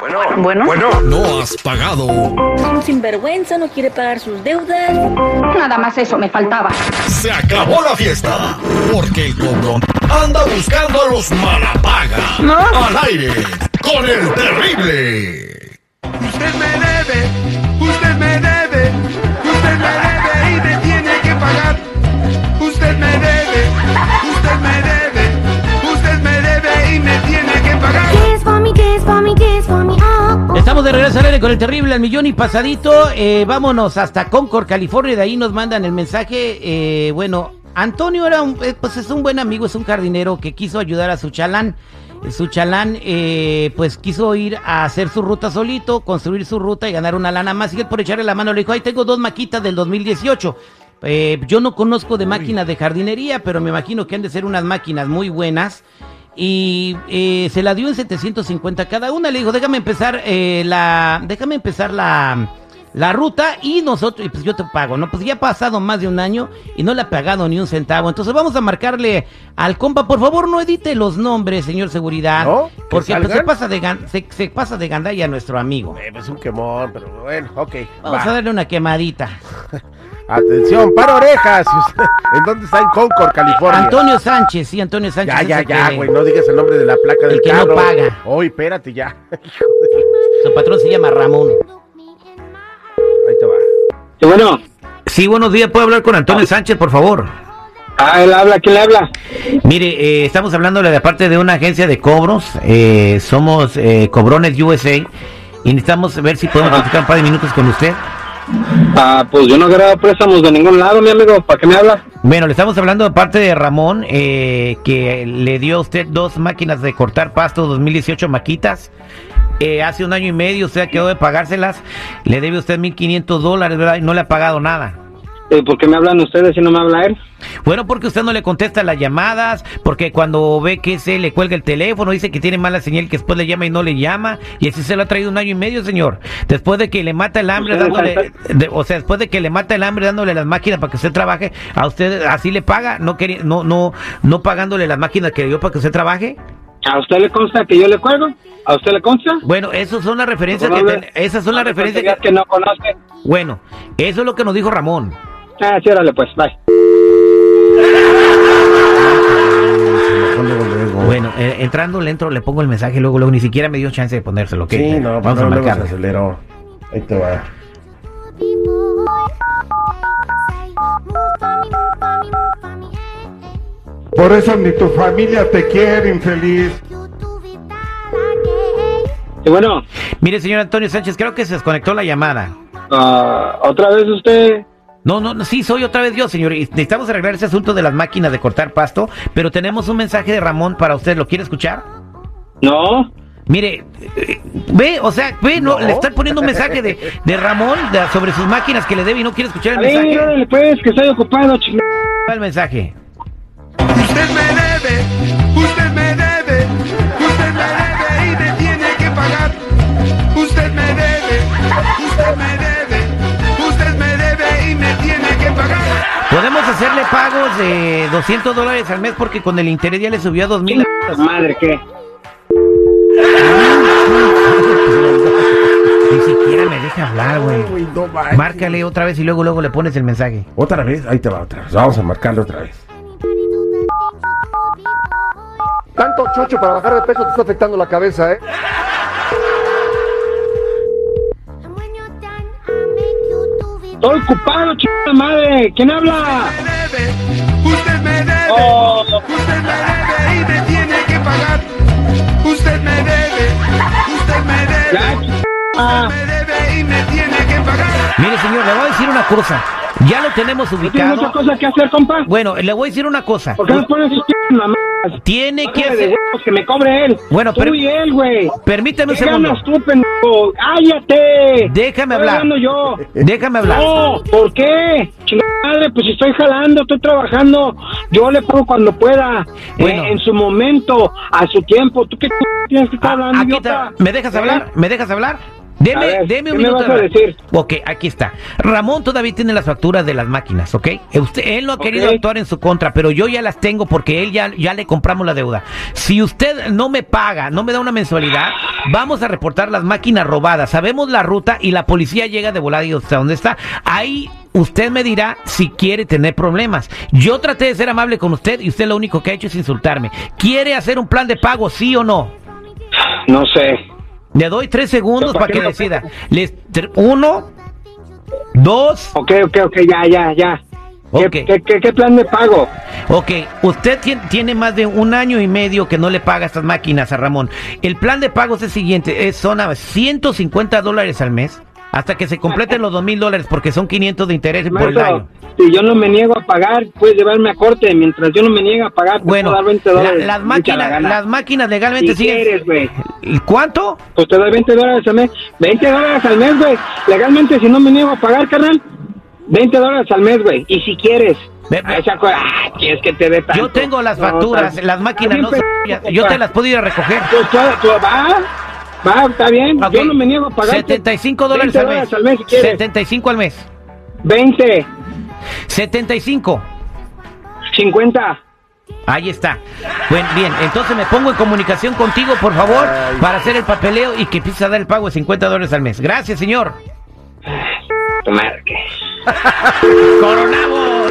Bueno, bueno, bueno. No has pagado. Un sinvergüenza no quiere pagar sus deudas. Nada más eso me faltaba. Se acabó la fiesta. Porque el cobrón anda buscando a los malapagas. ¿No? Al aire. Con el terrible. Usted me debe, usted me debe, usted me debe y me tiene que pagar. Usted me debe, usted me debe, usted me debe y me tiene que pagar. Kiss for me, kiss for me, kiss for me. Oh, oh. Estamos de regreso al aire con el terrible al millón y pasadito. Eh, vámonos hasta Concord, California. De ahí nos mandan el mensaje. eh, bueno, Antonio era un, eh, pues es un buen amigo, es un jardinero que quiso ayudar a su chalán. Eh, Su chalán, eh, pues quiso ir a hacer su ruta solito, construir su ruta y ganar una lana más. Y él, por echarle la mano, le dijo: Ahí tengo dos maquitas del 2018. Eh, yo no conozco de máquinas de jardinería, pero me imagino que han de ser unas máquinas muy buenas. Y eh, se la dio en 750 cada una. Le dijo, déjame empezar eh, la. Déjame empezar la. La ruta y nosotros, y pues yo te pago, ¿no? Pues ya ha pasado más de un año y no le ha pagado ni un centavo. Entonces vamos a marcarle al compa, por favor no edite los nombres, señor seguridad. ¿No? ¿Que Porque pues, se salgan? pasa de gan- se, se pasa de gandalla a nuestro amigo. Eh, pues un quemón, pero bueno, ok. Vamos va. a darle una quemadita. Atención, para orejas. ¿En dónde está? En Concord, California. Antonio Sánchez, sí, Antonio Sánchez. Ya, ya, ese ya, que- güey. No digas el nombre de la placa El del que no carro. paga. Hoy, espérate ya. Su patrón se llama Ramón. Ahí te va. Y bueno, Sí, buenos días. ¿Puedo hablar con Antonio Sánchez, por favor? ah, él habla, ¿quién le habla? Mire, eh, estamos hablando de la parte de una agencia de cobros. eh, somos eh, Cobrones USA. Y necesitamos ver si podemos platicar un par de minutos con usted. Ah, pues yo no he agarrado préstamos de ningún lado, mi amigo, ¿para qué me habla? Bueno, le estamos hablando de parte de Ramón, eh, que le dio a usted dos máquinas de cortar pasto 2018 maquitas. Eh, hace un año y medio usted quedó de pagárselas. Le debe usted 1.500 dólares, ¿verdad? Y no le ha pagado nada. Eh, ¿Por qué me hablan ustedes si no me habla él? Bueno, porque usted no le contesta las llamadas, porque cuando ve que se le cuelga el teléfono, dice que tiene mala señal, que después le llama y no le llama, y así se lo ha traído un año y medio, señor. Después de que le mata el hambre Usted dándole, está- de- o sea, después de que le mata el hambre dándole las máquinas para que usted trabaje, a usted así le paga, no queri- no no no pagándole las máquinas que le dio para que usted trabaje. ¿A usted le consta que yo le cuelgo? ¿A usted le consta? Bueno, esas son las referencias que Probable. ten- esas son las referencias Tonterías que- que no conoce. Bueno, eso es lo que nos dijo Ramón. Ah, sí, órale, pues, bye. Bueno, eh, entrando le entro, le pongo el mensaje, luego luego ni siquiera me dio chance de ponérselo, ¿ok? Sí, no, Vamos a marcar. marcarle. aceleró. Ahí te va. Por eso ni tu familia te quiere, infeliz. Y bueno, Mire, señor Antonio Sánchez, creo que se desconectó la llamada. ah, otra vez usted... No, no, no, sí, soy otra vez yo, señor. Y Necesitamos arreglar ese asunto de las máquinas de cortar pasto, pero tenemos un mensaje de Ramón para usted. ¿Lo quiere escuchar? No, Mire, eh, ve, o sea, ve, No. no, le están poniendo un mensaje de, de Ramón de- sobre sus máquinas que le debe y no quiere escuchar el a mí, mensaje. órale, pues, que estoy ocupado, chingada. El mensaje. Usted me debe, usted me debe, usted me debe y me tiene que pagar. Usted me debe, usted me debe, usted me debe y me tiene que pagar. Podemos hacerle pagos de 200 dólares al mes porque con el interés ya le subió a 2000. Madre, ¿qué? Ni siquiera me deja hablar, güey. Uy, no manches. Márcale otra vez y luego, luego le pones el mensaje. Otra vez, ahí te va otra vez. Vamos a marcarle otra vez. Tanto chocho para bajar de peso te está afectando la cabeza, ¿eh? Estoy ocupado, chingada madre. ¿Quién habla? Me debe, usted me debe, Oh. usted me debe y me tiene que pagar. Usted me debe, usted me Ya, debe, chingada. me debe y me tiene que pagar. Mire, señor, le voy a decir una cosa. Ya lo tenemos ¿Tienes otra ubicado. cosa que hacer, compa? Bueno, pues- le voy a decir una cosa. ¿Por qué no pones sus p- mamadas? Tiene que Bájale de hacer. huevos, que me cobre él. Bueno, Tú pero- y él, güey. Permítame un ¿Qué segundo. ganas tú, pendejo? ¡Cállate! Déjame Estoy hablar. hablando yo. Déjame hablar. No, ¿por qué? Chingada madre, pues si estoy jalando, estoy trabajando. Yo le pago cuando pueda. Bueno. Eh, en su momento, a su tiempo. ¿Tú qué p- tienes que estar hablando, Ah, aquí idiota? está. ¿Me dejas ¿Eh? hablar? ¿Me dejas hablar? Deme, A ver, deme un ¿qué me minuto. vas de a hablar. decir? Ok, aquí está. Ramón todavía tiene las facturas de las máquinas, ¿ok? Eh, Usted, él no ha Ok. querido actuar en su contra, pero yo ya las tengo porque él ya, ya le compramos la deuda. Si usted no me paga, no me da una mensualidad, Vamos a reportar las máquinas robadas. Sabemos la ruta y la policía llega de volada y hasta dónde está. Ahí usted me dirá si quiere tener problemas. Yo traté de ser amable con usted y usted lo único que ha hecho es insultarme. ¿Quiere hacer un plan de pago, sí o no? No sé. Le doy tres segundos ¿Para para qué que me lo decida. Les, tre- uno, dos, Ok, ok, ok, ya, ya, ya. ¿Qué, Ok. qué- qué- qué plan de pago? Ok, usted tien- tiene más de un año y medio que no le paga estas máquinas a Ramón. El plan de pago es el siguiente, es, son a 150 dólares al mes hasta que se completen los 2 mil dólares porque son 500 de interés por el Maestro, año. si yo no me niego a pagar, puedes llevarme a corte. Mientras yo no me niegue a pagar, pues, te Bueno, puedo dar 20 la- dólares. las, Mucha la máquinas, gana. las máquinas Si legalmente siguen... quieres, güey. ¿Cuánto? Pues te doy 20 dólares al mes. 20 dólares al mes, güey. Legalmente, si no me niego a pagar, carnal, 20 dólares al mes, güey. Y si quieres. Ve- ve- Ah, esa cosa, ah, es que te dé tanto. Yo tengo las No, facturas, está- las máquinas está no bien, son pero- tuyas. Yo te las puedo ir a recoger. Pues, tú- tú- va, va, está bien. Ok, Yo no me niego a pagar. 75 dólares 20 al mes. al mes si quieres. 75 al mes. 20, 75. 50. Ahí está. Bueno, bien, entonces me pongo en comunicación contigo, por favor, para hacer el papeleo y que empieces a dar el pago de 50 dólares al mes. Gracias, señor. Tu madre, ¿qué? ¡Coronamos!